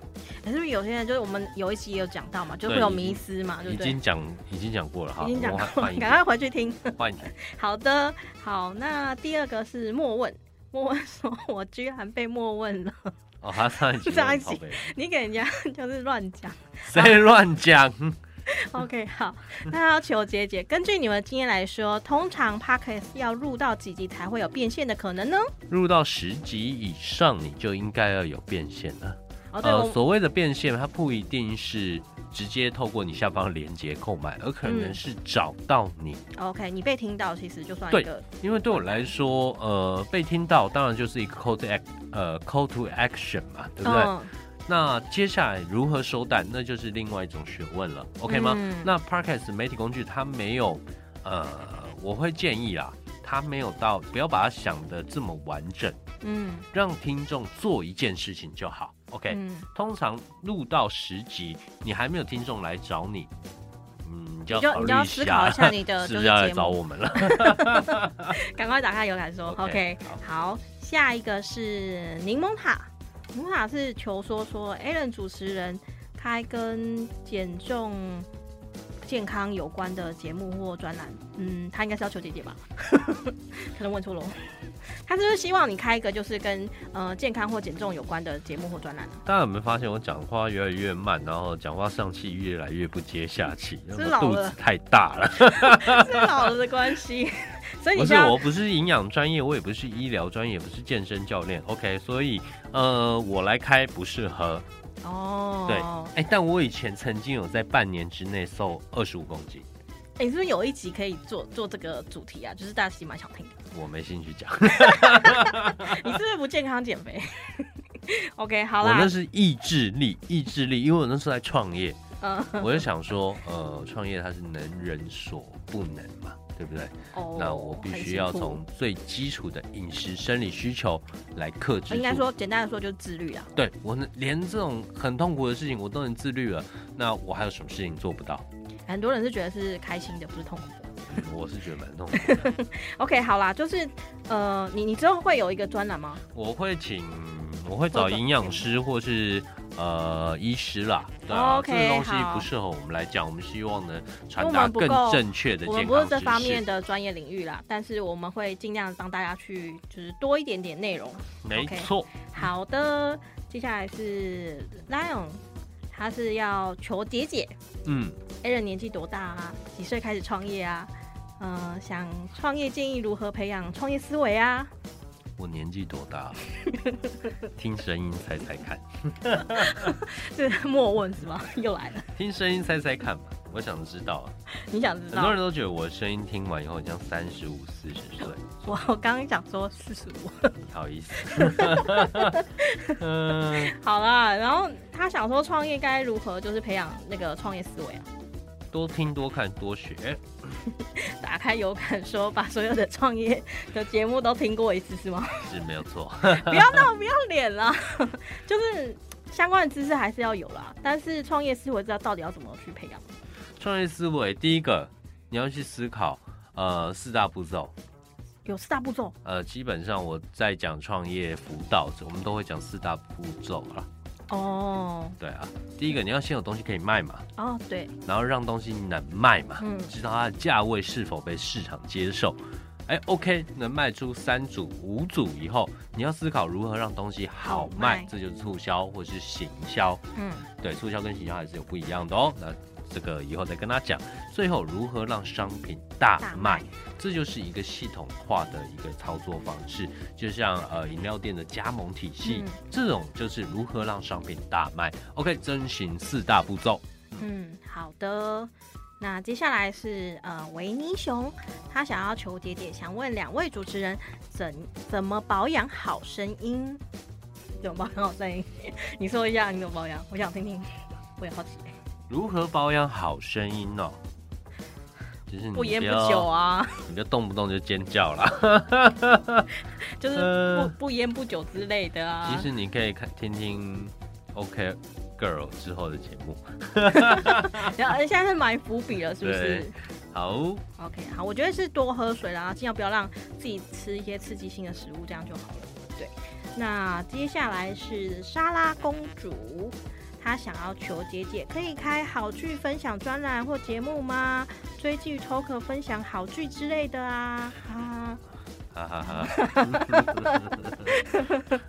[SPEAKER 2] 可是有些人就是我们有一期也有讲到嘛，就会
[SPEAKER 1] 对
[SPEAKER 2] 有
[SPEAKER 1] 已
[SPEAKER 2] 迷
[SPEAKER 1] 经
[SPEAKER 2] 思啊嘛，对
[SPEAKER 1] 已
[SPEAKER 2] 不对？
[SPEAKER 1] 经讲已经讲过了哈，
[SPEAKER 2] 已经讲
[SPEAKER 1] 我 们
[SPEAKER 2] 过
[SPEAKER 1] 换
[SPEAKER 2] 了，
[SPEAKER 1] 一
[SPEAKER 2] 赶
[SPEAKER 1] 题，
[SPEAKER 2] 快回去听。
[SPEAKER 1] 换一题。
[SPEAKER 2] 好的，好，那第二个是莫问。莫问说：“我居然被莫问了，
[SPEAKER 1] 哦，他上一集
[SPEAKER 2] 上一
[SPEAKER 1] 问宝
[SPEAKER 2] 集
[SPEAKER 1] 贝
[SPEAKER 2] 你给人家就是乱讲。
[SPEAKER 1] 谁乱讲？
[SPEAKER 2] ”OK，好，那要求姐姐，根据你们经验来说，通常 Podcast 要录到几集才会有变现的可能呢？
[SPEAKER 1] 入到十集以上，你就应该要有变现了。
[SPEAKER 2] 哦，对，
[SPEAKER 1] 呃，
[SPEAKER 2] 我
[SPEAKER 1] 所谓的变现，它不一定是直接透过你下方的链接购买，而可能
[SPEAKER 2] 嗯
[SPEAKER 1] 是找到你。
[SPEAKER 2] OK，你被听到其实就算
[SPEAKER 1] 对
[SPEAKER 2] 一个
[SPEAKER 1] 因为对我来说，呃，被听到当然就是一个 call to act，呃，call to action 嘛，对不对？
[SPEAKER 2] 嗯
[SPEAKER 1] 那接下来如何收单，那就是另外一种学问了，OK 吗？
[SPEAKER 2] 嗯
[SPEAKER 1] 那 Parkes 媒体工具它没有，呃，我会建议啦，它没有到不要把它想的这么完整，
[SPEAKER 2] 嗯
[SPEAKER 1] 让听众做一件事情就好，OK、
[SPEAKER 2] 嗯，
[SPEAKER 1] 通常录到十集，你还没有听众来找你，嗯，你就
[SPEAKER 2] 你
[SPEAKER 1] 要考
[SPEAKER 2] 就
[SPEAKER 1] 虑
[SPEAKER 2] 你就要
[SPEAKER 1] 一
[SPEAKER 2] 思考一下
[SPEAKER 1] 下。
[SPEAKER 2] 你的
[SPEAKER 1] 是
[SPEAKER 2] 就
[SPEAKER 1] 不
[SPEAKER 2] 是
[SPEAKER 1] 是要来
[SPEAKER 2] 节
[SPEAKER 1] 找
[SPEAKER 2] 目，
[SPEAKER 1] 我们了？
[SPEAKER 2] 赶快打开有感说
[SPEAKER 1] OK，
[SPEAKER 2] 哦 OK，好，下一个是柠檬塔，柠檬塔是求说说 a l n 主持人开跟减重。健康有关的节目或专栏，嗯，他应该是要求姐姐吧， 可能问错了哦。他是不是希望你开一个就是跟呃健康或减重有关的节目或专栏啊？
[SPEAKER 1] 大家有没有发现我讲话越来越慢，然后讲话上气越来越不接下气，因为
[SPEAKER 2] 是
[SPEAKER 1] 我
[SPEAKER 2] 老
[SPEAKER 1] 肚
[SPEAKER 2] 了
[SPEAKER 1] 子太大了。
[SPEAKER 2] 啊是老了的关系，所以
[SPEAKER 1] 不 是，
[SPEAKER 2] 你现在
[SPEAKER 1] 我不是营养专业，我也不是医疗专业，也不是健身教练。OK，所以呃，我来开不适合。
[SPEAKER 2] 哦，
[SPEAKER 1] 对哎、但我以前曾经有在半年之内瘦二十五公斤，
[SPEAKER 2] 哎、你是不是有一集可以做做这个主题啊？就是大家其实蛮想听的。
[SPEAKER 1] 我没兴趣讲。
[SPEAKER 2] 你是不是不健康减肥？OK，好
[SPEAKER 1] 我那
[SPEAKER 2] 啦，
[SPEAKER 1] 是意志力，意志力，因为我那时候在创业，
[SPEAKER 2] 嗯，
[SPEAKER 1] 我就想说，呃，创业它是能人所不能嘛，对不对？
[SPEAKER 2] 哦
[SPEAKER 1] 那我必须要从最基础的饮食生理需求来克制
[SPEAKER 2] 呃很辛苦应该
[SPEAKER 1] 住
[SPEAKER 2] 说简单的说就是自律啊。
[SPEAKER 1] 对我能连这种很痛苦的事情我都能自律了，那我还有什么事情做不到？
[SPEAKER 2] 很多人是觉得是开心的，不是痛苦的。
[SPEAKER 1] 嗯我是觉得蛮痛苦的
[SPEAKER 2] OK，好啦，就是呃，你你之后会有一个专栏吗？
[SPEAKER 1] 我会请，我会找营养师或是呃医师啦。对啊
[SPEAKER 2] OK，
[SPEAKER 1] 这个东西
[SPEAKER 2] 好
[SPEAKER 1] 不适合我们来讲，我们希望呢
[SPEAKER 2] 因为我
[SPEAKER 1] 传达
[SPEAKER 2] 们不
[SPEAKER 1] 更
[SPEAKER 2] 够
[SPEAKER 1] 正确的
[SPEAKER 2] 我
[SPEAKER 1] 健
[SPEAKER 2] 们不是
[SPEAKER 1] 康
[SPEAKER 2] 这方
[SPEAKER 1] 知
[SPEAKER 2] 面
[SPEAKER 1] 识。
[SPEAKER 2] 的专业领域啦，但是我们会尽量帮大家去就是多一点点内容。
[SPEAKER 1] 没错，
[SPEAKER 2] 好的，接下来是 Lion，他是要求姐姐
[SPEAKER 1] 嗯，
[SPEAKER 2] ，Aaron 年纪多大啊？几岁开始创业啊？嗯、想创业建议如何培养创业思维啊？
[SPEAKER 1] 我年纪多大了？ 听声音猜猜看，
[SPEAKER 2] 这是莫问是吗？又来了，
[SPEAKER 1] 听声音猜猜看嘛。我想知道啊，
[SPEAKER 2] 你想知
[SPEAKER 1] 很多
[SPEAKER 2] 道？
[SPEAKER 1] 人都觉得我声音听完以后很像三十五、四十岁，
[SPEAKER 2] 我我刚刚想说四十五，
[SPEAKER 1] 你好意思？ 嗯，
[SPEAKER 2] 好啦，然后他想说创业该如何就是培养那个创业思维啊？
[SPEAKER 1] 多听、多看、多学，
[SPEAKER 2] 打开有感说把所有的创业的节目都听过一次是吗？
[SPEAKER 1] 是没有错。
[SPEAKER 2] 不要闹，不要脸啦， 就是相关的知识还是要有啦，但是创业思维知道到底要怎么去培养。
[SPEAKER 1] 创业思维，第一个你要去思考，呃，四大步骤。
[SPEAKER 2] 有四大步骤，
[SPEAKER 1] 呃，基本上我在讲创业辅导，我们都会讲四大步骤啊。
[SPEAKER 2] 哦
[SPEAKER 1] 对啊，第一个你要先有东西可以卖嘛，
[SPEAKER 2] 哦，对，
[SPEAKER 1] 然后让东西能卖嘛，
[SPEAKER 2] 嗯
[SPEAKER 1] 知道它的价位是否被市场接受。哎，OK，能卖出三组、五组以后，你要思考如何让东西好卖，
[SPEAKER 2] 好卖
[SPEAKER 1] 这就是促销或是行销。
[SPEAKER 2] 嗯，
[SPEAKER 1] 对，促销跟行销还是有不一样的哦。那这个以后再跟他讲。最后，如何让商品大
[SPEAKER 2] 大
[SPEAKER 1] 卖
[SPEAKER 2] 卖，
[SPEAKER 1] 这就是一个系统化的一个操作方式，就像呃饮料店的加盟体系，
[SPEAKER 2] 嗯
[SPEAKER 1] 这种就是如何让商品大卖。OK，遵循四大步骤。
[SPEAKER 2] 嗯，好的。那接下来是呃维尼熊，他想要求解解，想问两位主持人怎怎么保养好声音？怎么保养好声音？你说一下你怎么保养，我想听听，我也好奇。
[SPEAKER 1] 如何保养好声音哦？就是你
[SPEAKER 2] 不烟不
[SPEAKER 1] 要
[SPEAKER 2] 酒，啊，
[SPEAKER 1] 你嗯不要动不动就尖叫啦。
[SPEAKER 2] 就是
[SPEAKER 1] 呃
[SPEAKER 2] 不不烟不酒之类的啊
[SPEAKER 1] 其。实你可以看听听 OK Girl 之后的节目。
[SPEAKER 2] 然 后现在是埋伏笔了，是不是
[SPEAKER 1] 对好。
[SPEAKER 2] ？OK，好，我觉得是多喝水啦，尽量不要让自己吃一些刺激性的食物，这样就好了。对，那接下来是莎拉公主。她想要求姐姐可以开好剧分享专栏或节目吗？追剧 talk 分享好剧之类的啊啊！
[SPEAKER 1] 哈哈 哈。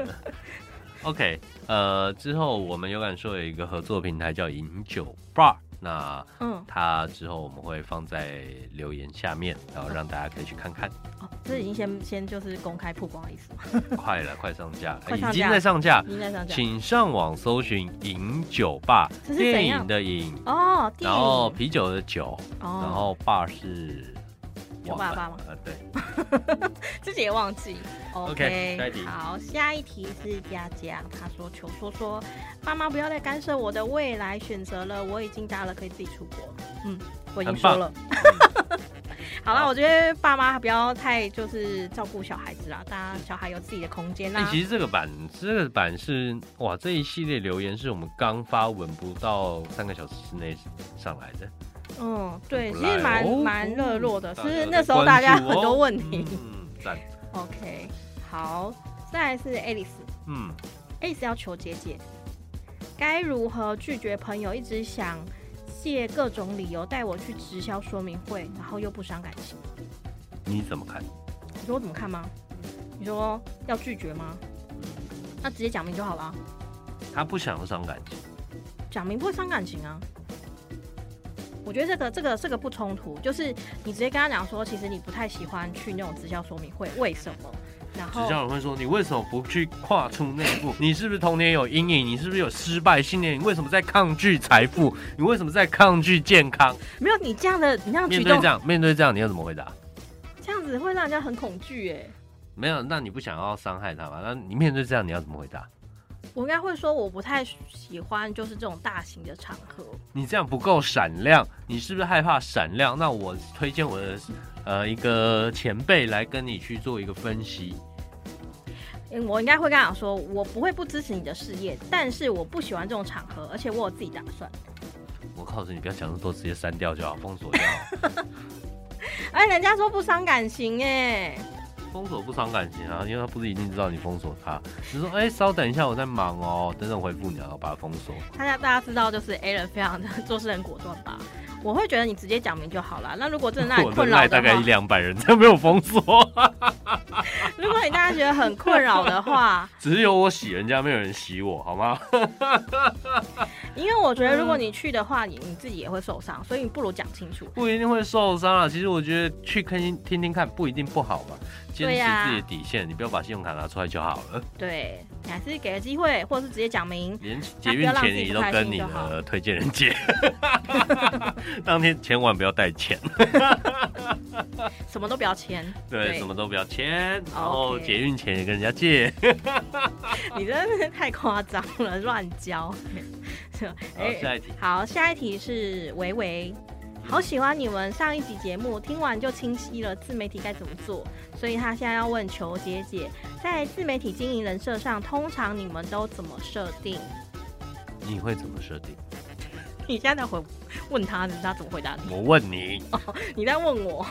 [SPEAKER 1] OK，呃，之后我们有感说有一个合作平台叫饮酒 Bar，那
[SPEAKER 2] 嗯，
[SPEAKER 1] 它之后我们会放在留言下面，然后让大家可以去看看。
[SPEAKER 2] 哦，这已经先先就是公开曝光的意思吗？
[SPEAKER 1] 快了，快上架了，
[SPEAKER 2] 快上
[SPEAKER 1] 已经
[SPEAKER 2] 架
[SPEAKER 1] 在上架，
[SPEAKER 2] 应该这样讲
[SPEAKER 1] 请上网搜寻“饮酒吧”，
[SPEAKER 2] 这是
[SPEAKER 1] 电
[SPEAKER 2] 怎样
[SPEAKER 1] 影的影，
[SPEAKER 2] 哦。电
[SPEAKER 1] 然
[SPEAKER 2] 影
[SPEAKER 1] 后啤酒的酒，
[SPEAKER 2] 哦
[SPEAKER 1] 然后爸是
[SPEAKER 2] 酒吧的爸吗？
[SPEAKER 1] 忘了呃，对，
[SPEAKER 2] 自己也忘记。
[SPEAKER 1] OK，下一题
[SPEAKER 2] 好，下一题是佳佳，她说：“求说说，妈妈不要再干涉我的未来选择了，我已经大了，可以自己出国了。”嗯，我已经
[SPEAKER 1] 很
[SPEAKER 2] 说
[SPEAKER 1] 棒
[SPEAKER 2] 了。 好啦，我觉得爸妈不要太就是照顾小孩子啦，大家小孩有自己的空间啊
[SPEAKER 1] 哎、
[SPEAKER 2] 啦。
[SPEAKER 1] 其实这个版，这个版是哇，这一系列留言是我们刚发文不到三个小时之内上来的，
[SPEAKER 2] 嗯，对，
[SPEAKER 1] 不
[SPEAKER 2] 其
[SPEAKER 1] 赖
[SPEAKER 2] 实蛮
[SPEAKER 1] 哦
[SPEAKER 2] 蛮热络的，
[SPEAKER 1] 大
[SPEAKER 2] 是
[SPEAKER 1] 家有
[SPEAKER 2] 那时候
[SPEAKER 1] 关
[SPEAKER 2] 大家
[SPEAKER 1] 注
[SPEAKER 2] 很
[SPEAKER 1] 哦
[SPEAKER 2] 多问题。
[SPEAKER 1] 嗯，赞，
[SPEAKER 2] OK，好，再来是 Alice。
[SPEAKER 1] 嗯，
[SPEAKER 2] Ace 要求姐姐，该如何拒绝朋友一直想借各种理由带我去直销说明会，然后又不伤感情？
[SPEAKER 1] 你怎么看？
[SPEAKER 2] 你说我怎么看吗？你说要拒绝吗？那直接讲明就好了啊，
[SPEAKER 1] 他不想伤感情，
[SPEAKER 2] 讲明不会伤感情啊。我觉得这个这个这个不冲突，就是你直接跟他讲说，其实你不太喜欢去那种直销说明会，为什么？然
[SPEAKER 1] 直
[SPEAKER 2] 后
[SPEAKER 1] 销人会说你为什么不去跨出那一步？你是不是童年有阴影？你是不是有失败信念？你为什么在抗拒财富？你为什么在抗拒健康？
[SPEAKER 2] 没有你这样的你那样
[SPEAKER 1] 面
[SPEAKER 2] 举
[SPEAKER 1] 对
[SPEAKER 2] 动
[SPEAKER 1] 这，样，面对这样，你要怎么回答？
[SPEAKER 2] 这样子会让人家很恐惧哎、
[SPEAKER 1] 没有，那你不想要伤害他嘛？那你面对这样，你要怎么回答？
[SPEAKER 2] 我应该会说，我不太喜欢就是这种大型的场合。
[SPEAKER 1] 你这样不够闪亮，你是不是害怕闪亮？那我推荐我的呃一个前辈来跟你去做一个分析。
[SPEAKER 2] 嗯我应该会跟他讲说，我不会不支持你的事业，但是我不喜欢这种场合，而且我有自己打算。
[SPEAKER 1] 我告诉你，不要想那么多，直接删掉就好，封锁就好。
[SPEAKER 2] 哎，人家说不伤感情哎，
[SPEAKER 1] 封锁不伤感情啊，因为他不是一定知道你封锁他。你说，哎、稍等一下，我在忙哦，等等回复你，然后把它封锁。
[SPEAKER 2] 大家大家知道，就是 A 人非常的做事很果断吧？我会觉得你直接讲明就好了。那如果真 的让你
[SPEAKER 1] 我的
[SPEAKER 2] 困扰
[SPEAKER 1] 赖
[SPEAKER 2] 的
[SPEAKER 1] 大概一
[SPEAKER 2] 话，
[SPEAKER 1] 两百人，这没有封锁，
[SPEAKER 2] 如果你大家觉得很困扰的 话，
[SPEAKER 1] 只是有我洗人家，没有人洗我，好吗？
[SPEAKER 2] 因为我觉得如果你去的话，你你自己也会受伤，所以你不如讲清楚。
[SPEAKER 1] 嗯不一定会受伤啊。其实我觉得去听听听看，不一定不好嘛。坚
[SPEAKER 2] 对呀
[SPEAKER 1] 持自己的底线，你不要把信用卡拿出来就好了。
[SPEAKER 2] 对，啊你还是给个机会，或者是直接讲明。
[SPEAKER 1] 连捷运前你都跟你的推荐人借， 当天千万不要带钱，
[SPEAKER 2] 什么都不要签。
[SPEAKER 1] 对，什么都不要签，然后
[SPEAKER 2] OK
[SPEAKER 1] 捷运前也跟人家借。
[SPEAKER 2] 你真的是太夸张了，乱教。哎
[SPEAKER 1] 好，下一题，
[SPEAKER 2] 好，下一题是维维。好喜欢你们上一集节目，听完就清晰了自媒体该怎么做，所以他现在要问求姐姐，在自媒体经营人设上，通常你们都怎么设定？
[SPEAKER 1] 你会怎么设定？
[SPEAKER 2] 你现在在回问他，你知道他怎么回答 你？
[SPEAKER 1] 我问你，
[SPEAKER 2] 你在问我？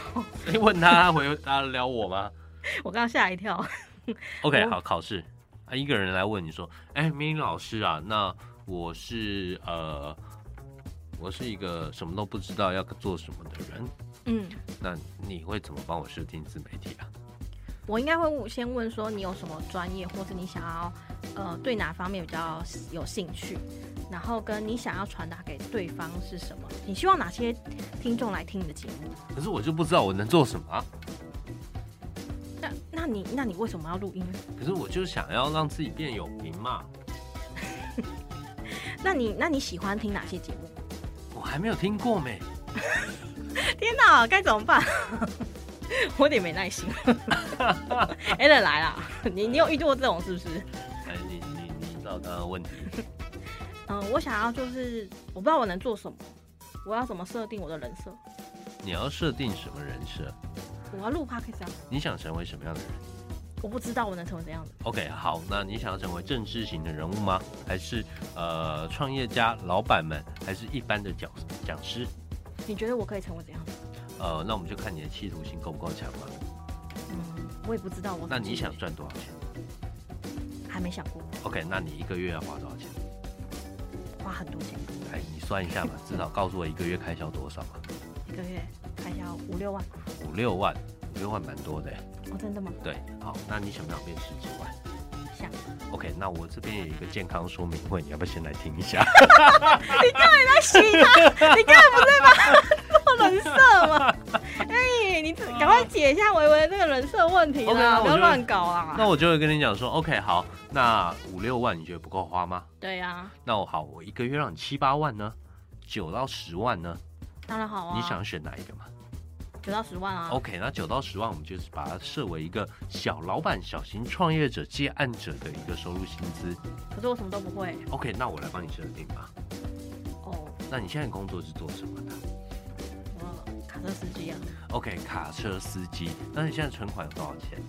[SPEAKER 1] 你问他，他回答得了我吗？
[SPEAKER 2] 我刚吓一跳。
[SPEAKER 1] OK，
[SPEAKER 2] 我
[SPEAKER 1] 好，考试啊，一个人来问你说，哎、明明老师啊，那我是呃，我是一个什么都不知道要做什么的人，
[SPEAKER 2] 嗯，
[SPEAKER 1] 那你会怎么帮我设定自媒体啊？
[SPEAKER 2] 我应该会先问说你有什么专业，或是你想要呃对哪方面比较有兴趣，然后跟你想要传达给对方是什么，你希望哪些听众来听你的节目？啊
[SPEAKER 1] 可是我就不知道我能做什么啊、
[SPEAKER 2] 那那你那你为什么要录音？
[SPEAKER 1] 可是我就想要让自己变有名嘛。
[SPEAKER 2] 那你那你喜欢听哪些节目？
[SPEAKER 1] 我还没有听过没，
[SPEAKER 2] 天哪，该怎么办？ 我有点没耐 心。a l l n 来啦，你你有遇过这种是不是？
[SPEAKER 1] 哎，你你你知道刚刚的问题，
[SPEAKER 2] 嗯、我想要就是我不知道我能做什么，我要怎么设定我的人设？
[SPEAKER 1] 你要设定什么人设？
[SPEAKER 2] 我要录 podcast 啊，
[SPEAKER 1] 你想成为什么样的人
[SPEAKER 2] 我不知道我能成为怎样的。
[SPEAKER 1] ？OK，好，那你想要成为政治型的人物吗？还是呃创业家、老板们，还是一般的讲讲师？
[SPEAKER 2] 你觉得我可以成为怎样的？
[SPEAKER 1] 呃，那我们就看你的企图心够不够强嘛。
[SPEAKER 2] 嗯，我也不知道我。
[SPEAKER 1] 那你想？赚多少钱
[SPEAKER 2] 还没想过，
[SPEAKER 1] ？OK，那你一个月要花多少钱？
[SPEAKER 2] 花很多钱，
[SPEAKER 1] 哎，你算一下嘛，至少告诉我一个月开销多少嘛？
[SPEAKER 2] 一个月开销五六万。
[SPEAKER 1] 五六万，五六万蛮多的。欸
[SPEAKER 2] 哦，真的吗？
[SPEAKER 1] 对，好，那你想不想变十几万？
[SPEAKER 2] 想。
[SPEAKER 1] OK，那我这边有一个健康说明会，你要不要先来听一下？
[SPEAKER 2] 在洗哎啊他，你根本不是把他做人设 嘛？哎，你自赶快解一下维维这个人设问题
[SPEAKER 1] OK
[SPEAKER 2] 啦，
[SPEAKER 1] 啊
[SPEAKER 2] 不
[SPEAKER 1] 我
[SPEAKER 2] 要
[SPEAKER 1] 就
[SPEAKER 2] 乱搞啊！
[SPEAKER 1] 那我就会跟你讲说，OK，好，那五六万你觉得不够花吗？
[SPEAKER 2] 对啊呀，
[SPEAKER 1] 那我好，我一个月让你七八万呢，九到十万呢，
[SPEAKER 2] 当然好啊。
[SPEAKER 1] 你想哦选哪一个嘛
[SPEAKER 2] 九到十万啊？
[SPEAKER 1] ？OK，那九到十万我们就是把它设为一个小老板、小型创业者、接案者的一个收入薪资。
[SPEAKER 2] 可是我什么都不会
[SPEAKER 1] OK，那我来帮你设定吧。
[SPEAKER 2] 哦，
[SPEAKER 1] 那你现在工作是做什么的
[SPEAKER 2] 我卡车司机啊，
[SPEAKER 1] ？OK，卡车司机。那你现在存款有多少钱？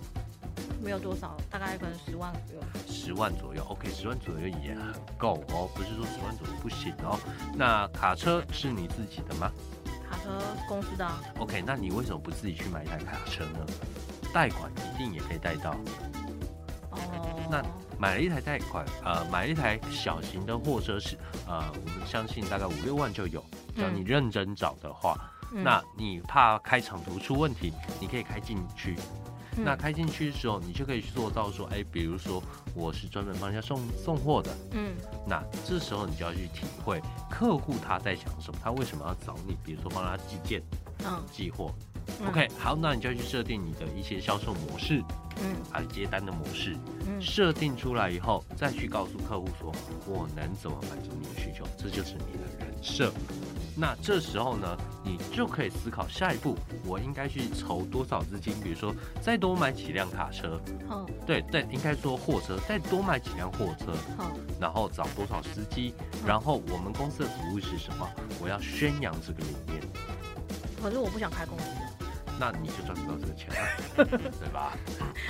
[SPEAKER 2] 没有多少，大概可能十万左右。
[SPEAKER 1] 十万左右，OK，十万左右也很够哦，不是说十万左右不行哦。那卡车是你自己的吗
[SPEAKER 2] 卡车公司的啊
[SPEAKER 1] ？OK，那你为什么不自己去买一台卡车呢？贷款一定也可以贷到，
[SPEAKER 2] 哦，
[SPEAKER 1] 那买了一台贷款，呃，买了一台小型的货车是，呃，我们相信大概五六万就有，只要你认真找的话，
[SPEAKER 2] 嗯
[SPEAKER 1] 那你怕开长途出问题，你可以开进去。
[SPEAKER 2] 嗯
[SPEAKER 1] 那开进去的时候，你就可以做到说，哎，比如说我是专门帮人家送送货的，
[SPEAKER 2] 嗯
[SPEAKER 1] 那这时候你就要去体会客户他在想什么，他为什么要找你，比如说帮他寄件、
[SPEAKER 2] 嗯
[SPEAKER 1] 寄货。
[SPEAKER 2] 嗯
[SPEAKER 1] OK，好，那你就要去设定你的一些销售模式，
[SPEAKER 2] 嗯
[SPEAKER 1] 还有接单的模式，
[SPEAKER 2] 嗯
[SPEAKER 1] 设定出来以后，再去告诉客户说我能怎么满足你的需求，这就是你的人设。那这时候呢，你就可以思考下一步我应该去筹多少资金，比如说再多买几辆卡车，
[SPEAKER 2] 好
[SPEAKER 1] 对对，应该说货车，再多买几辆货车，
[SPEAKER 2] 好
[SPEAKER 1] 然后找多少司机，
[SPEAKER 2] 嗯
[SPEAKER 1] 然后我们公司的服务是什么？我要宣扬这个理念，
[SPEAKER 2] 可是我不想开公司。
[SPEAKER 1] 那你就赚不到这个钱了， 对吧？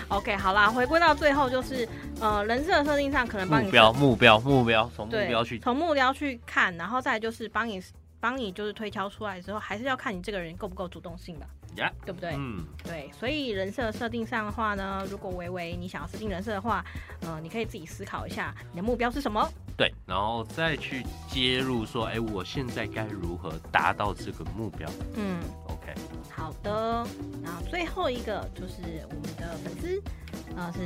[SPEAKER 2] OK，好啦，回归到最后就是，呃，人设设定上可能帮你
[SPEAKER 1] 目标，目标，目标，从目
[SPEAKER 2] 对
[SPEAKER 1] 标去。
[SPEAKER 2] 从目标去看，然后再来就是帮你帮你就是推敲出来之后，还是要看你这个人够不够主动性吧，
[SPEAKER 1] 呀
[SPEAKER 2] 对不对？
[SPEAKER 1] 嗯，
[SPEAKER 2] 对，所以人设设定上的话呢，如果维维你想要设定人设的话，呃，你可以自己思考一下你的目标是什么。
[SPEAKER 1] 对，然后再去接入说，哎，我现在该如何达到这个目标
[SPEAKER 2] 嗯，
[SPEAKER 1] ？OK，
[SPEAKER 2] 好的。然后最后一个就是我们的粉丝，呃，是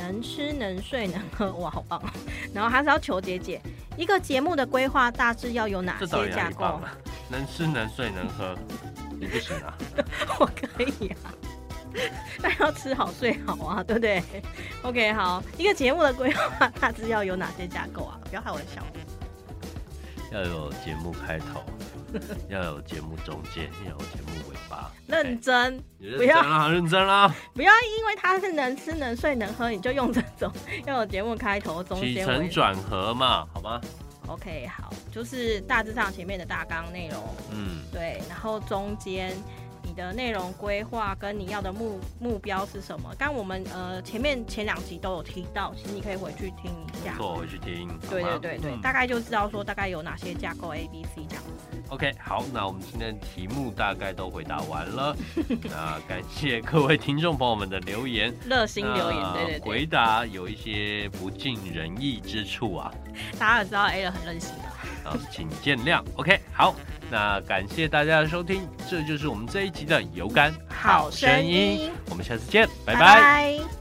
[SPEAKER 2] 能吃能睡能喝，哇，好棒 哦！然后还是要求姐姐一个节目的规划大致要有哪
[SPEAKER 1] 这导
[SPEAKER 2] 些
[SPEAKER 1] 演
[SPEAKER 2] 架
[SPEAKER 1] 很
[SPEAKER 2] 构
[SPEAKER 1] 棒？啊，能吃能睡能喝，你不行啊。
[SPEAKER 2] 我可以啊，但要吃好睡好啊，对不对？OK，好，一个节目的规划大致要有哪些架构啊？不要害我的笑。
[SPEAKER 1] 要有节目开头，要有节目中间，要有节目尾巴。
[SPEAKER 2] 认真，
[SPEAKER 1] 你认
[SPEAKER 2] 不
[SPEAKER 1] 真
[SPEAKER 2] 要
[SPEAKER 1] 啦，认真啊啦，
[SPEAKER 2] 不要因为它是能吃能睡能喝，你就用这种要有节目开头、中
[SPEAKER 1] 起
[SPEAKER 2] 间
[SPEAKER 1] 承
[SPEAKER 2] 尾。
[SPEAKER 1] 转合嘛，好吗？
[SPEAKER 2] OK，好，就是大致上前面的大纲内容，
[SPEAKER 1] 嗯。
[SPEAKER 2] 对，然后中间你你的内容规划跟你要的目目标是什么。刚我们呃前面前两集都有提到，其实你可以回去听一下。
[SPEAKER 1] 错，我回去听。好
[SPEAKER 2] 对
[SPEAKER 1] 吗
[SPEAKER 2] 对对对，
[SPEAKER 1] 嗯
[SPEAKER 2] 大概就知道说大概有哪些架构 A、B、C 这样子。
[SPEAKER 1] OK，好，那我们今天的题目大概都回答完 了，那感谢各位听众朋友们的留言。
[SPEAKER 2] 热心留言，
[SPEAKER 1] 那
[SPEAKER 2] 对对对
[SPEAKER 1] 回，答有一些不尽人意之处啊，
[SPEAKER 2] 大家也知道 A 人很任性的。
[SPEAKER 1] 啊， 请见谅。OK，好，那感谢大家的收听，这就是我们这一集的有感
[SPEAKER 2] 好声音
[SPEAKER 1] 我们下次见，拜拜
[SPEAKER 2] 拜